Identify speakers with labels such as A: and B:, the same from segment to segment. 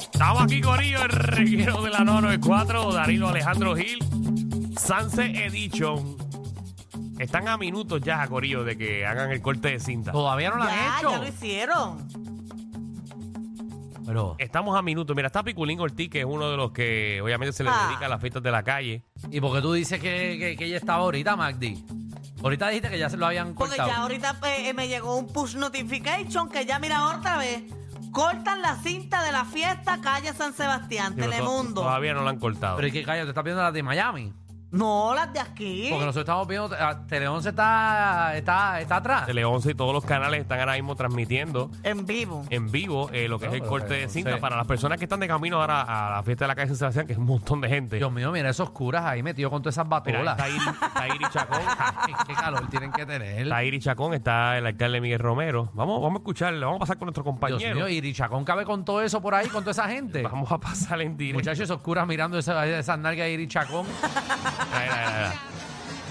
A: Estamos aquí con ellos, el reguero de la 994, Danilo Alejandro Gil, Sanse Edition. Están a minutos ya, Corillo, de que hagan el corte de cinta.
B: Todavía no la
C: Ya,
B: han
C: ya lo
B: hecho.
C: hicieron.
B: Pero,
A: Estamos a minutos. Mira, está Piculín Ortiz, que es uno de los que obviamente se le
C: Ah.
A: dedica a las fiestas de la calle.
B: ¿y por qué tú dices que, que- que ella estaba ahorita, Magdi? Ahorita dijiste que ya se lo habían
C: Porque
B: cortado.
C: ya ahorita eh, me llegó un push notification que ya mira otra vez. Cortan la cinta de la fiesta calle San Sebastián,
A: Pero to-
C: Telemundo.
A: Todavía no la han cortado.
B: Pero es que, calla, te estás viendo las de Miami.
C: No, las de aquí.
B: Porque nosotros estamos viendo. ah, Tele 11 está, está, está atrás.
A: Tele 11 y todos los canales están ahora mismo transmitiendo
C: En vivo.
A: en vivo eh, lo que
B: No,
A: es el
B: pero
A: corte de
B: Tele
A: cinta
B: 11.
A: para las personas que están de camino ahora a la fiesta de la calle San Sebastián, que es un montón de gente.
B: Dios mío, mira esos curas ahí metidos con todas esas
A: Mira,
B: batolas.
A: está Iri, está Iri Chacón.
B: Ay, qué calor tienen que tener.
A: Está Iri Chacón, está el alcalde Miguel Romero. Vamos, vamos a escucharlo, vamos a pasar con nuestro
B: Dios
A: compañero.
B: mío, y Richacón cabe con todo eso por ahí, con toda esa gente.
A: Vamos a pasar en directo.
B: Muchachos, esos curas mirando esa- esas nalgas de Richacón.
A: Mira, mira, mira.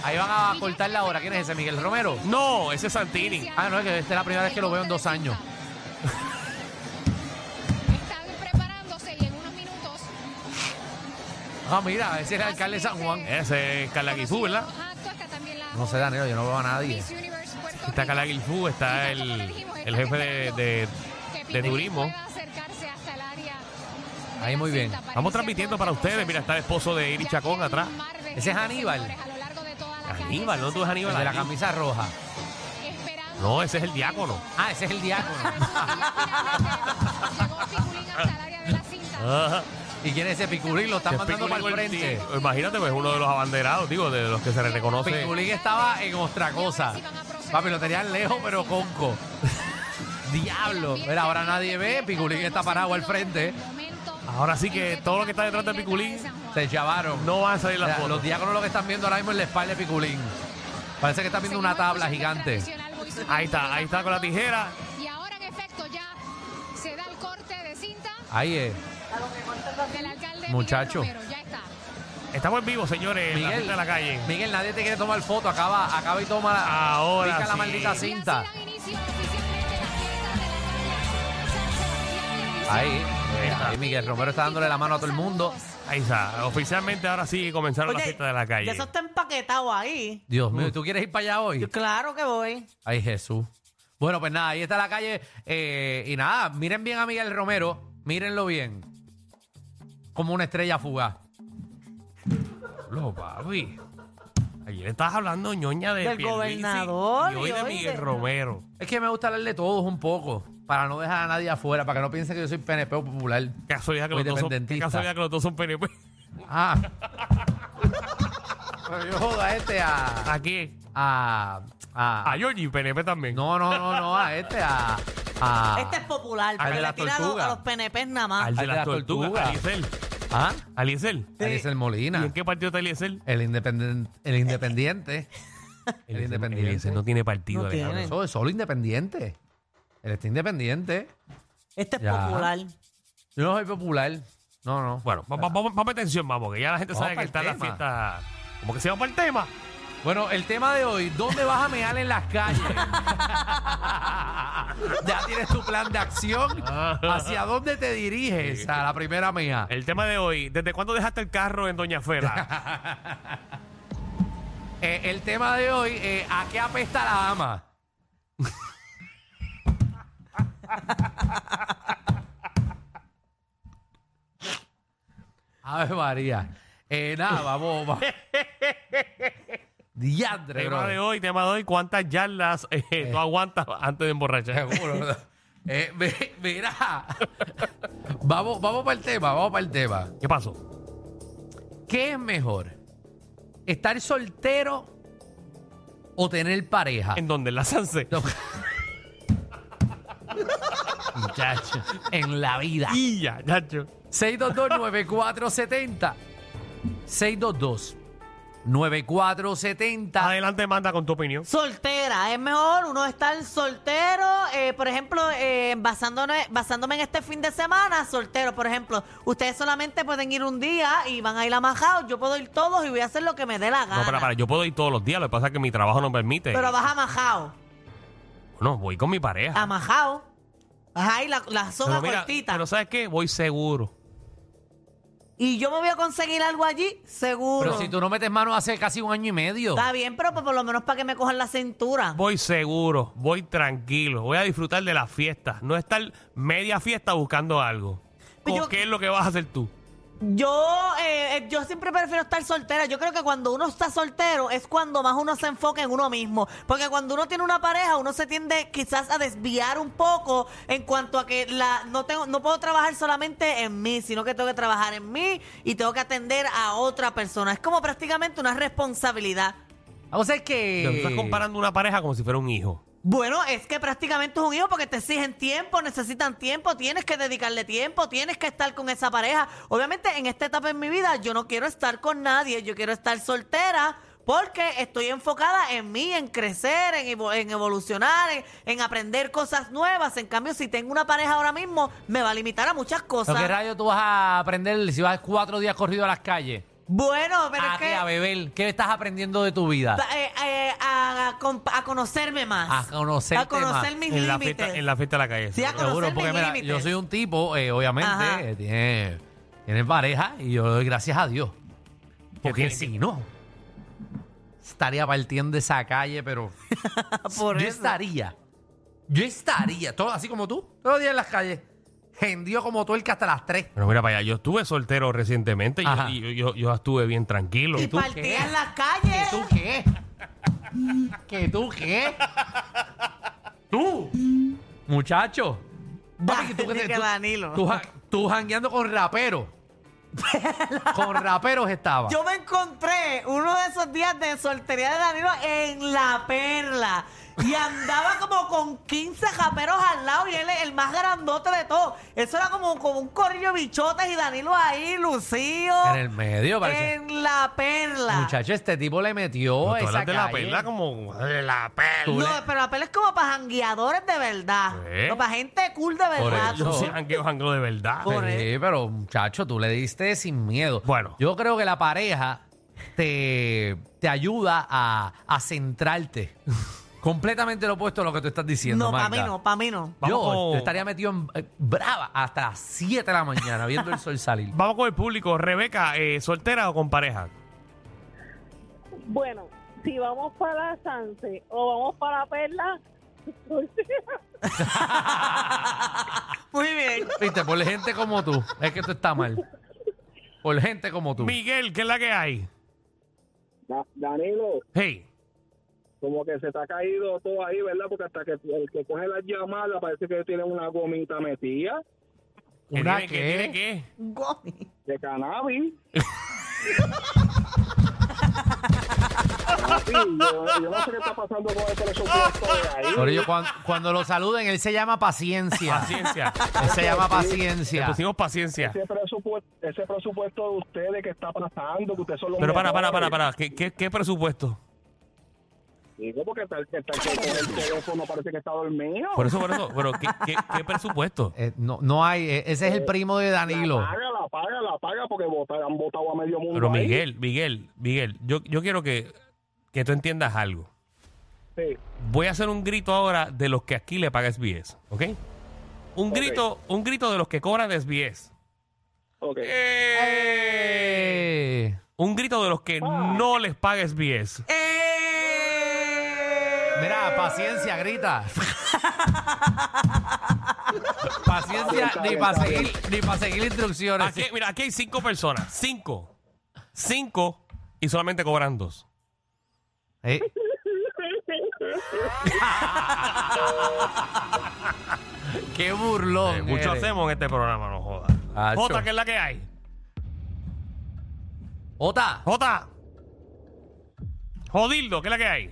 B: Ahí van a cortar la hora. ¿Quién es ese? ¿Miguel Romero?
A: No, ese es Santini.
B: Ah, no, es que esta es la primera vez que lo veo en dos años.
D: Están preparándose y en unos minutos.
B: Ah, mira, ese es el alcalde de San Juan.
A: Ese es Calaguifú, ¿verdad?
B: No sé, Danilo, yo no veo a nadie.
A: Está Calaguifú, está el, el jefe de, de- de turismo.
B: Ahí muy bien.
A: Estamos transmitiendo para ustedes. Mira, está el esposo de Iri Chacón atrás.
B: Ese es Aníbal.
A: Aníbal, ¿no? Tú es
B: El
A: Aníbal
B: de la
A: allí.
B: camisa roja.
A: No, ese es el diácono.
B: Ah, ese es el diácono.
A: Ajá.
B: ¿Y quién es ese Piculín? Lo están
A: Ese es
B: mandando para el
A: Piculín
B: frente.
A: Ortiz. Imagínate, pues uno de los abanderados, digo, de los que se le reconoce.
B: Piculín estaba en otra cosa. Papi, lo tenían lejos, pero conco. Diablo. Mira, ahora nadie ve. Piculín está parado al frente.
A: Ahora sí que todo lo que está detrás de Piculín
B: Se chavaron.
A: no va a salir la
B: Mira,
A: foto.
B: los diáconos lo que están viendo ahora mismo es la espalda de Piculín. Parece que pues, está viendo una tabla gigante.
A: Ahí está, ahí está con la tijera.
D: Y ahora en efecto ya se da el corte de cinta
B: Ahí es.
D: del alcalde
B: Muchacho.
D: Miguel Romero. Ya está.
A: Estamos en vivo, señores, en la
B: Miguel,
A: fiesta de la calle.
B: Miguel, nadie te quiere tomar foto. Acaba, acaba y toma.
A: Ahora
B: pica la
A: sí.
B: maldita
D: Y así
B: cinta.
D: dan inicio oficialmente las fiestas de la calle San Sebastián.
B: Ahí. Mira, ahí Miguel Romero está dándole la mano a todo el mundo.
A: Ahí está. Oficialmente ahora sí comenzaron la
C: Oye,
A: fiesta de la calle.
C: Ya eso está empaquetado ahí.
B: Dios mío, ¿tú quieres ir para allá hoy?
C: Yo claro que voy.
B: Ay, Jesús. Bueno, pues nada, ahí está la calle. eh, y nada, miren bien a Miguel Romero. Mírenlo bien. Como una estrella fugaz.
A: Lo papi. Ayer estabas hablando ñoña de
C: Del
A: Pierluisi
C: gobernador,
A: y hoy
C: y
A: de
C: hoy
A: Miguel
C: de-
A: Romero.
B: Es que me gusta hablar de todos un poco. Para no dejar a nadie afuera, para que no piensen que yo soy PNP o popular.
A: Qué casualidad que,
B: Muy
A: los dos son, qué
B: independentista.
A: casualidad que los dos son PNP.
B: Ah. Pero yo jodo a este a.
A: Aquí.
B: A. a-
A: A Georgie PNP también.
B: no, no, no, no, a este a. a-
C: Este es popular.
B: Ah. al de
C: Porque
B: la
C: le tira a los,
B: tortuga.
C: a los PNPs nada más.
A: Ah, Al de
B: al de
A: las
B: la
A: tortugas.
B: tortuga.
A: Aliesel.
B: ¿Ah?
A: Aliesel.
B: Eliezer
A: ¿Y en
B: Molina.
A: qué partido está Aliesel?
B: El independiente. El independiente. El independiente.
A: Eliezer no tiene partido.
C: No
A: Alejandro.
C: tiene.
B: Eso es solo independiente. Él está independiente.
C: Este es
B: Ya.
C: popular.
B: Yo no soy popular. No, no.
A: Bueno, va- va- vamos, vamos a atención, vamos, que ya la gente
B: Vamos
A: sabe que
B: pa'l
A: está en la
B: tema.
A: fiesta. Como que se va para el tema.
B: Bueno, el tema de hoy, ¿dónde vas a mear en las calles? ya tienes tu plan de acción. ¿Hacia dónde te diriges a la primera mea?
A: El tema de hoy, ¿desde cuándo dejaste el carro en Doña Fera?
B: Eh, el tema de hoy, eh, ¿a qué apesta la ama? A ver, María. Eh, nada, vamos. va- Diandre,
A: tema
B: brother.
A: de hoy, tema de hoy, ¿cuántas yardas eh, tú aguantas antes de emborrachar?
B: Seguro. Eh, mi- mira. vamos, vamos para el tema, vamos para el tema.
A: ¿Qué pasó?
B: ¿Qué es mejor? ¿Estar soltero o tener pareja?
A: ¿En dónde? ¿En la Sanse?
B: No. Muchacho, en la vida.
A: Y ya, chacho.
B: 622-9470. 622-9470.
A: Adelante, manda con tu opinión.
C: Soltera, es mejor uno estar soltero, eh, por ejemplo, eh, basándome, basándome en este fin de semana, soltero, por ejemplo, ustedes solamente pueden ir un día y van a ir amajados, yo puedo ir todos y voy a hacer lo que me dé la gana.
A: No, para, para, yo puedo ir todos los días, lo que pasa es que mi trabajo no permite.
C: Pero vas amajado,
A: No, voy con mi pareja.
C: amajado, ajá, y la, la soga
A: mira,
C: cortita.
A: pero ¿sabes qué? Voy seguro.
C: Y yo me voy a conseguir algo allí, seguro.
B: Pero si tú no metes mano hace casi un año y medio.
C: Está bien, pero por lo menos para que me cojan la cintura.
A: Voy seguro, voy tranquilo, voy a disfrutar de las fiestas, no estar media fiesta buscando algo.
C: Pero
A: ¿Con
C: Pues yo-
A: qué es lo que vas a hacer tú?
C: Yo, eh, eh, yo siempre prefiero estar soltera. Yo creo que cuando uno está soltero es cuando más uno se enfoca en uno mismo. Porque cuando uno tiene una pareja, uno se tiende quizás a desviar un poco en cuanto a que la, no, tengo, no puedo trabajar solamente en mí, sino que tengo que trabajar en mí y tengo que atender a otra persona. Es como prácticamente una responsabilidad.
B: O sea, es
C: Eh.
B: que...
A: Tú estás comparando una pareja como si fuera un hijo.
C: Bueno, es que prácticamente es un hijo porque te exigen tiempo, necesitan tiempo, tienes que dedicarle tiempo, tienes que estar con esa pareja. Obviamente, en esta etapa en mi vida, yo no quiero estar con nadie, yo quiero estar soltera porque estoy enfocada en mí, en crecer, en, evo- en evolucionar, en, en aprender cosas nuevas. En cambio, si tengo una pareja ahora mismo, me va a limitar a muchas
B: ¿Pero qué
C: cosas.
B: rayo tú vas a aprender si vas cuatro días corrido a las calles?
C: Bueno, pero
B: a
C: es
B: ti, a
C: que...
B: beber. ¿Qué estás aprendiendo de tu vida?
C: eh, eh, a, a comp- a conocerme más.
B: A conocerte
C: A conocer
B: más.
C: mis
A: en, la
C: límites.
A: fiesta, en la fiesta de la calle.
C: Sí, a
A: seguro.
C: conocer
B: Seguro,
C: mis
B: porque mira,
C: límites.
B: yo soy un tipo, eh, obviamente,
C: Ajá.
B: que tiene, tiene pareja y yo le doy gracias a Dios. Porque
A: tiene
B: si no, estaría partiendo esa calle, pero
C: Por
B: yo
C: eso.
B: estaría, yo estaría, todo así como tú, todos los días en las calles, gendio como tú el que hasta las 3.
A: Pero mira para allá, yo estuve soltero recientemente y yo-
B: Ajá.
A: y yo, yo- yo estuve bien tranquilo.
C: Y
B: tú qué?
C: partía en las
B: ¿Que
C: calles.
B: tú qué? ¿Que tú qué? ¿Tú? Muchacho. Papi, ¿tú, qué
C: Dani,
B: te-
C: que
B: tú-
C: Danilo.
B: tú ja- tú jangueando con raperos. con raperos estaba.
C: Yo me encontré uno de esos días de soltería de Danilo en La Perla. Y andaba como con 15 japeros al lado y él es el más grandote de todos. Eso era como, como un corrillo de bichotes y Danilo ahí, lucido.
B: En el medio, parece.
C: En La Perla.
B: Muchacho, este tipo le metió
A: Pero tú
B: esa
A: hablas de la
B: calle.
A: perla como de la perla.
C: No, pero La Perla es como para jangueadores de verdad.
A: ¿Eh?
C: No, para gente cool de
B: Pues. Por
C: verdad.
A: Yo
B: eso.
A: sí jangueo, jangueo de verdad.
E: Oh.
C: Por-
B: Sí, pero muchacho, tú le diste sin miedo.
A: Bueno.
B: Yo creo que la pareja te, te ayuda a, a centrarte. Completamente lo opuesto a lo que tú estás diciendo,
C: No, para mí
B: Magda.
C: no, para mí no.
A: Vamos
B: Yo,
A: con-
B: yo estaría metido en eh, brava hasta las 7 de la mañana viendo el sol salir.
A: Vamos con el público. Rebeca, eh, ¿soltera o con pareja?
F: Bueno, si vamos para la Sanse o vamos para la Perla,
C: Muy bien.
B: Viste, por gente como tú. Es que tú estás mal. Por gente como tú.
A: Miguel, ¿qué es la que hay?
E: Da- Danilo,
A: Hey.
E: como que se te ha caído todo ahí, ¿verdad? Porque hasta que el que coge las llamadas parece que tiene una gomita metida
A: ¿Qué
B: ¿Una
A: tiene-
B: qué?
A: tiene qué?
C: Gomi.
E: de cannabis. Sí, yo, yo no sé qué está pasando con el presupuesto de ahí.
B: Por ello, cuan- cuando, lo saluden, él se llama paciencia.
A: Paciencia.
B: Él se llama
A: Le
B: paciencia.
A: pusimos paciencia.
E: Ese presupuesto, ese presupuesto de ustedes que está pasando, que ustedes son los
A: Pero para, para, para,
E: mejores.
A: para. ¿Qué, qué, qué presupuesto?
E: Digo, porque está, está que coge el teléfono parece que está dormido.
A: Por eso, por eso. Pero, ¿qué, qué, qué presupuesto?
B: Eh, no, no hay. eh, Ese es el primo de Danilo.
E: La paga, la paga, la paga, porque votar- han votado a medio mundo
A: Pero
E: ahí.
A: Miguel, Miguel, Miguel, yo, yo quiero que, que tú entiendas algo.
E: Sí.
A: Voy a hacer un grito ahora de los que aquí le paga SBS, ¿ok? Un
E: Ok.
A: grito, un grito de los que cobran SBS.
E: Ok.
B: Eh,
A: Un grito de los que no les paga SBS.
B: Mira, paciencia, grita. paciencia,
E: Está bien, está
B: ni
E: bien,
B: para
E: está
B: seguir, ni pa' seguir instrucciones.
A: Aquí, mira, aquí hay cinco personas. Cinco. Cinco y solamente cobran dos.
B: Eh, qué burlón.
A: Eh, mucho
B: eres.
A: hacemos en este programa, no jodas.
B: Acho.
A: Jota, ¿qué es la que hay?
B: Ota,
A: Jota. Jodildo, ¿qué es la que hay?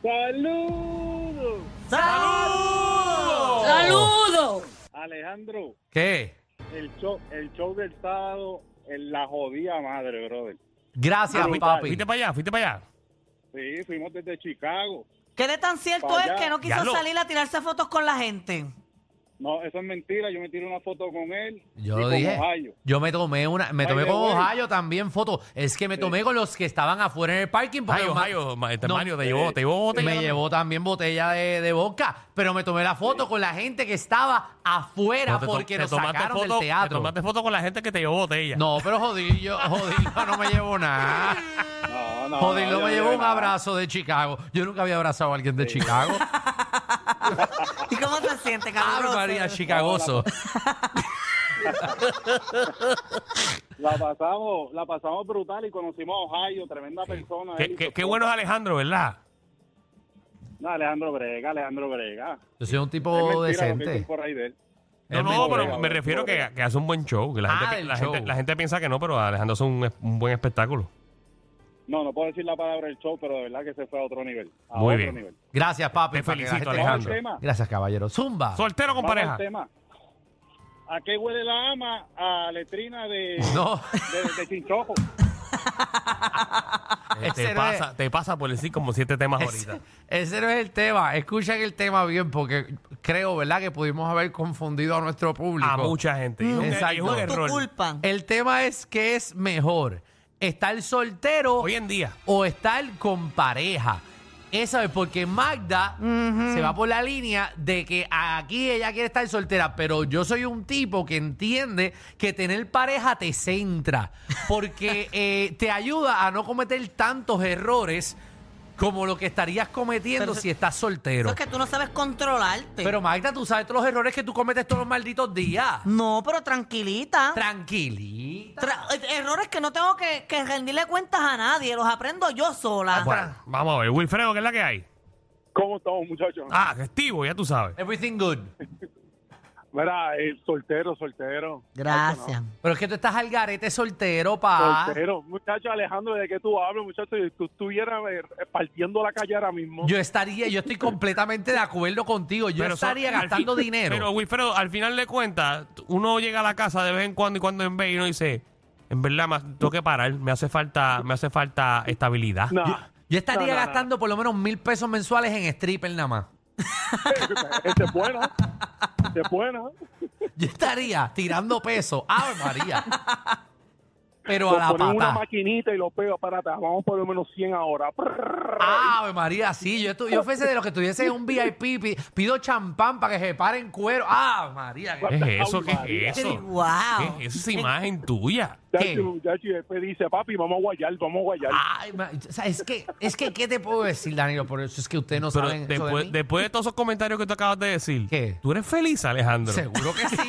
F: saludos.
A: ¡Saludos!
F: Alejandro,
B: ¿qué?
F: el show, el show del sábado en la jodida madre, brother.
B: Gracias,
A: Ah, fuiste-
B: papi.
A: Fuiste para allá, fuiste para allá.
F: Sí, fuimos desde Chicago.
C: ¿Qué de tan cierto
F: Para
C: es
F: allá.
C: que no quiso
A: Diablo.
C: salir a tirarse fotos con la gente?
F: No, eso es mentira. Yo me tiré una foto con él.
B: Yo
F: y
B: lo
F: con
B: dije.
F: Ohio.
B: Yo me tomé una, me
F: By
B: tomé
F: the
B: con
F: way.
B: Ohio también foto. Es que me tomé con los que estaban afuera en el parking porque
A: Ay,
B: ma-
A: Ohio, ma- este
B: No. eh,
A: Mario te llevó, te llevó botella
B: me
A: también.
B: llevó también botella de, de vodka, pero me tomé la foto con la gente que estaba afuera
A: Pero te to-
B: porque
A: te
B: nos
A: tomaste
B: sacaron
A: foto-
B: del
A: Te
B: teatro.
A: tomaste foto con la gente que te llevó botella. Eh,
B: No, pero jodillo, jodillo no me llevó nada.
F: No, no.
B: Jodillo
F: no,
B: me
F: yo "Ah,
B: llevó
F: no
B: un
F: nada.
B: abrazo de Chicago. Yo nunca había abrazado a alguien de Chicago.
C: ¿Y cómo te sientes,
B: Ave
C: cabrón?
B: María, Chicagoso.
F: La pasamos, la pasamos brutal y conocimos a Ohio, tremenda persona. él
A: Qué,
F: y
A: qué-
F: su
A: qué
F: esposa.
A: bueno es Alejandro, ¿verdad?
F: No, Alejandro Brega, Alejandro Brega.
B: Yo soy un
F: Es
B: tipo
F: mentira lo que dicen
B: Oh, decente.
F: por ahí de él.
A: No,
B: Es
A: no,
B: mentira.
A: pero me refiero que, que hace un buen show. que la,
B: Ah,
A: gente, pi-
B: del
A: la, gente,
B: show.
A: la gente piensa que no, pero Alejandro es un, un buen espectáculo.
F: No, no puedo decir la palabra del show, pero de verdad que se fue a otro nivel. A
A: Muy
F: otro
A: bien.
F: nivel.
B: Gracias, papi.
A: Te
B: para que la
A: felicito,
B: gente-
F: Vamos al
A: Alejandro.
F: tema.
B: Gracias, caballero. Zumba.
A: Soltero con
F: Vamos al
A: pareja.
F: tema. ¿A qué huele la ama? A letrina de,
B: No.
F: de, de chinchojo.
A: Eh,
B: Ese
A: Te
B: no es-
A: pasa, te pasa por decir como siete temas ahorita.
B: Ese, ese no es el tema. Escuchen el tema bien, porque creo, ¿verdad?, que pudimos haber confundido a nuestro público.
A: A mucha gente. Y es un-
B: Exacto.
A: y es un
C: Tu
A: error.
C: culpa.
B: El tema es que es mejor estar soltero
A: Hoy en día.
B: o estar con pareja. Esa es porque Magda se va por la línea de que aquí ella quiere estar soltera, pero yo soy un tipo que entiende que tener pareja te centra, porque eh, te ayuda a no cometer tantos errores como lo que estarías cometiendo
C: Pero eso-
B: si estás soltero.
C: Eso es que tú no sabes controlarte.
B: Pero Magda, tú sabes todos los errores que tú cometes todos los malditos días.
C: no, pero tranquilita.
B: Tranquilita.
C: Tra- eh, errores que no tengo que, que rendirle cuentas a nadie, los aprendo yo sola.
A: Bueno, vamos a ver. Wilfredo, ¿qué es la que hay?
F: ¿Cómo estamos, muchachos?
A: Ah, que Estivo, ya tú sabes.
B: Everything good.
F: Mira, el Eh, soltero, soltero.
C: Gracias.
B: Pero es que tú estás al garete soltero, pa.
F: Ah. Soltero. Muchacho, Alejandro, ¿de qué tú hablas, muchacho? Si tú estuvieras eh, partiendo la calle ahora mismo.
B: Yo estaría, yo estoy completamente de acuerdo contigo. Yo
A: Pero son-
B: estaría
A: al
B: gastando
A: fin-
B: dinero.
A: Pero Wilfredo, al final de cuentas, uno llega a la casa de vez en cuando y cuando en vez y uno dice, en verdad, me, tengo que parar, me hace falta, me hace falta estabilidad.
F: No.
B: yo estaría
F: No, no, no.
B: gastando por lo menos mil pesos mensuales en stripper nada más.
F: Este es bueno. Este es bueno.
B: Yo estaría tirando peso. ¡Ave María! Pero a
F: Pues
B: la
F: ponen una
B: pata.
F: maquinita y lo pega para atrás. Vamos por lo menos 100 ahora.
B: ¡Ave María! Sí, yo, estu- yo fuese de los que estuviese en un VIP, pi- pido champán para que se paren cuero. ¡Ave María!
A: ¿Qué
B: que-
A: es eso? ¿Qué
F: María.
A: es eso?
C: Wow.
A: ¿Qué es esa imagen tuya?
B: ¿Qué?
F: Muchacho, muchacho, y después dice, papi, vamos a guayar, vamos a guayar.
B: Ay, ma- o sea, es que, es que, ¿qué te puedo decir, Danilo? Por eso es que ustedes no
A: Pero
B: saben eso de
A: después,
B: mí.
A: después de todos esos comentarios que tú acabas de decir,
B: ¿Qué?
A: ¿tú eres feliz, Alejandro?
B: Seguro que sí.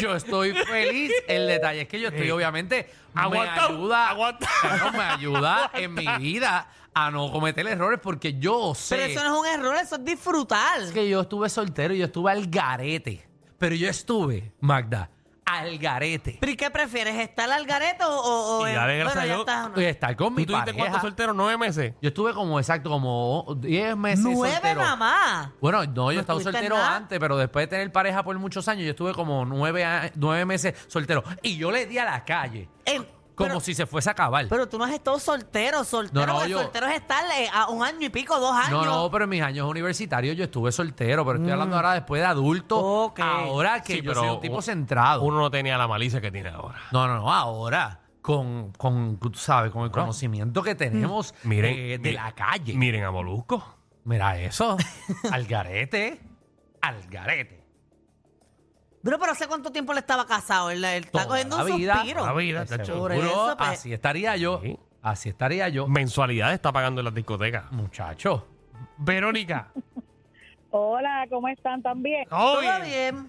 B: yo estoy feliz. El detalle es que yo estoy,
A: Eh,
B: obviamente,
A: aguanta,
B: me ayuda,
A: aguanta.
B: Claro, me ayuda en mi vida a no cometer errores porque yo sé
C: Pero eso no es un error, eso es disfrutar.
B: que yo estuve soltero y yo estuve al garete. Pero yo estuve, Magda, al garete.
C: ¿Pero y qué prefieres? ¿Estar al garete o, o, o-
A: Y dale
C: bueno,
A: gracias a
C: ya
A: Dios.
C: estás-
B: Y estar con
A: ¿Tú
B: mi
A: tuviste cuántos
B: pareja.
A: solteros? ¿Nueve meses?
B: Yo estuve como exacto, como 10 meses
C: Nueve
B: soltero.
C: nada más.
B: Bueno, no, yo
C: ¿No
B: estaba
C: estuviste
B: soltero
C: nada?
B: antes, pero después de tener pareja por muchos años, yo estuve como nueve, a- nueve meses soltero. Y yo le di a la calle,
C: Eh,
B: como
C: pero,
B: si se fuese a acabar.
C: pero tú no has estado soltero, soltero.
B: No, no,
C: porque
B: yo-
C: Soltero es estar eh, a un año y pico, dos años. Mm.
B: no, no, pero en mis años universitarios yo estuve soltero, pero estoy hablando ahora después de adulto.
C: Ok.
B: Ahora Ah, que
A: Sí,
B: yo
A: pero
B: soy un tipo
A: un-
B: centrado.
A: Uno no tenía la malicia que tiene ahora.
B: No, no, no, ahora. Con, con, tú sabes, con el conocimiento que tenemos
A: Mm. Miren,
B: eh, de
A: mi-
B: la calle.
A: Miren a Molusco.
B: Mira eso. al garete. Al garete.
C: Pero, pero sé cuánto tiempo le estaba casado. Él, él está
B: Toda
C: cogiendo
B: la
C: un
B: vida,
C: suspiro.
A: la vida,
B: Pues
A: tacho.
B: seguro,
C: Por eso, pues.
B: así estaría yo.
A: Sí.
B: Así estaría yo.
A: Mensualidades está pagando en las discotecas.
B: Muchacho.
A: Verónica.
G: Hola, ¿cómo están también?
A: ¡Oh,
C: Todo
A: bien!
C: bien.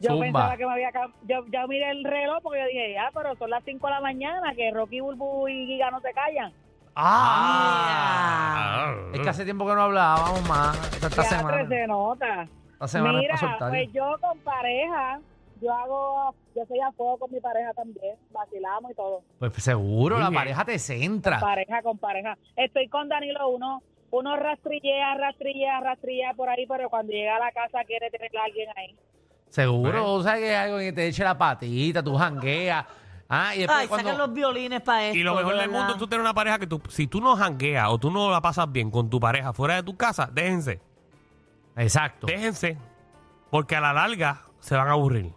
G: Yo
B: Zumba.
G: pensaba que me había... cam- Yo, yo miré el reloj porque yo dije, ah, pero son las 5 de la mañana, que Rocky, Bulbu y Giga no se callan.
A: Ah,
B: Es que hace tiempo que no hablábamos más. Esta, esta
G: Ya,
B: semana.
G: pues, se nota.
B: Esta semana es
G: Mira,
B: para soltar.
G: pues yo con pareja, yo hago... Yo soy a fuego con mi pareja también, vacilamos y todo.
B: Pues seguro,
A: Muy
B: la
A: bien.
B: pareja te centra.
G: Pareja con pareja. Estoy con Danilo, uno... Uno rastrillea, rastrillea, rastrillea por ahí, pero cuando llega a la casa quiere tener a alguien ahí.
B: Seguro,
A: Bueno.
B: o sea que hay algo que te eche la patita, tú jangueas. Ah, y después
C: Ay,
B: cuando...
C: sacan los violines para ¿Eh? esto.
A: Y lo mejor
C: de
A: del
C: verdad.
A: mundo es tú tener una pareja que tú, si tú no jangueas o tú no la pasas bien con tu pareja fuera de tu casa, déjense.
B: Exacto.
A: Déjense, porque a la larga se van a aburrir.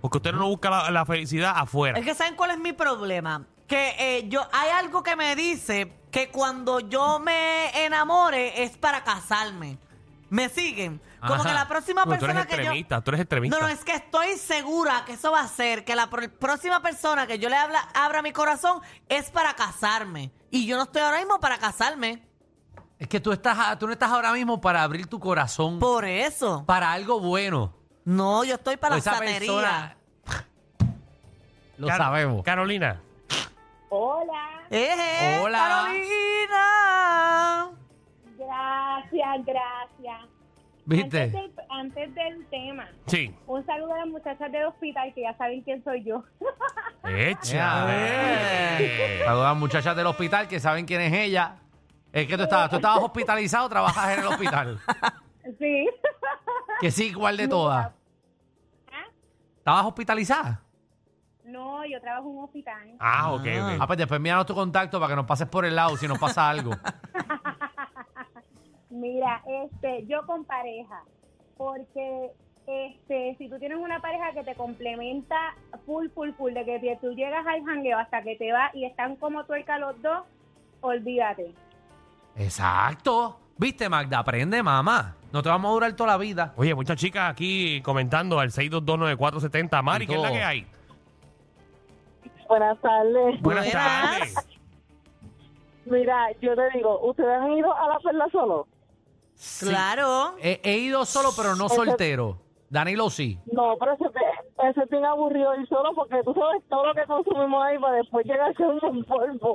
A: Porque usted no busca la, la felicidad afuera.
C: Es que ¿saben cuál es mi problema? Que eh, yo hay algo que me dice que cuando yo me enamore es para casarme. ¿Me siguen? Como
B: Ajá.
C: que la próxima
A: Uy, tú
C: persona
A: eres
C: que yo...
A: extremista, tú eres extremista.
C: No, no, es que estoy segura que eso va a ser, que la pro- próxima persona que yo le habla, abra mi corazón es para casarme. Y yo no estoy ahora mismo para casarme.
B: Es que tú, estás, tú no estás ahora mismo para abrir tu corazón
C: Por eso.
B: para algo bueno.
C: No, yo estoy para la
B: Esa
C: satería.
B: persona- Lo
A: Car-
B: sabemos.
A: Carolina,
G: Hola,
C: Eh, eh,
B: Hola.
C: Carolina.
G: gracias, gracias. Antes
B: ¿Viste?
G: del, antes del tema,
A: sí.
G: un saludo a las muchachas del hospital que ya saben quién soy yo.
A: Echa.
B: Eh. Saludos a las muchachas del hospital que saben quién es ella. Es que tú estabas, tú estabas hospitalizado, trabajas en el hospital.
G: Sí.
B: Que sí, ¿cuál de todas?
G: Ah,
B: ¿Estabas hospitalizada?
G: No, yo trabajo en un hospital.
A: Ah, ok, ok.
B: Ah, pues después míranos tu contacto para que nos pases por el lado si nos pasa algo.
G: Mira, este, yo con pareja, porque este, si tú tienes una pareja que te complementa full, full, full, de que tú llegas al jangueo hasta que te vas y están como tuerca los dos, olvídate.
B: Exacto. ¿Viste, Magda? Aprende, mamá. No te vamos a durar toda la vida.
A: Oye, muchas chicas aquí comentando al 6229470. Mari, ¿qué es la
B: todo.
A: que hay?
H: Buenas tardes.
A: Buenas
C: Buenas.
A: tardes.
H: Mira, yo te digo, ¿ustedes han ido a la perla solo?
C: Claro.
B: He, he ido solo, pero no soltero. Danilo sí.
H: No, pero eso es, eso es bien aburrido ir solo porque tú sabes todo lo que consumimos ahí para después llegar a ser un polvo.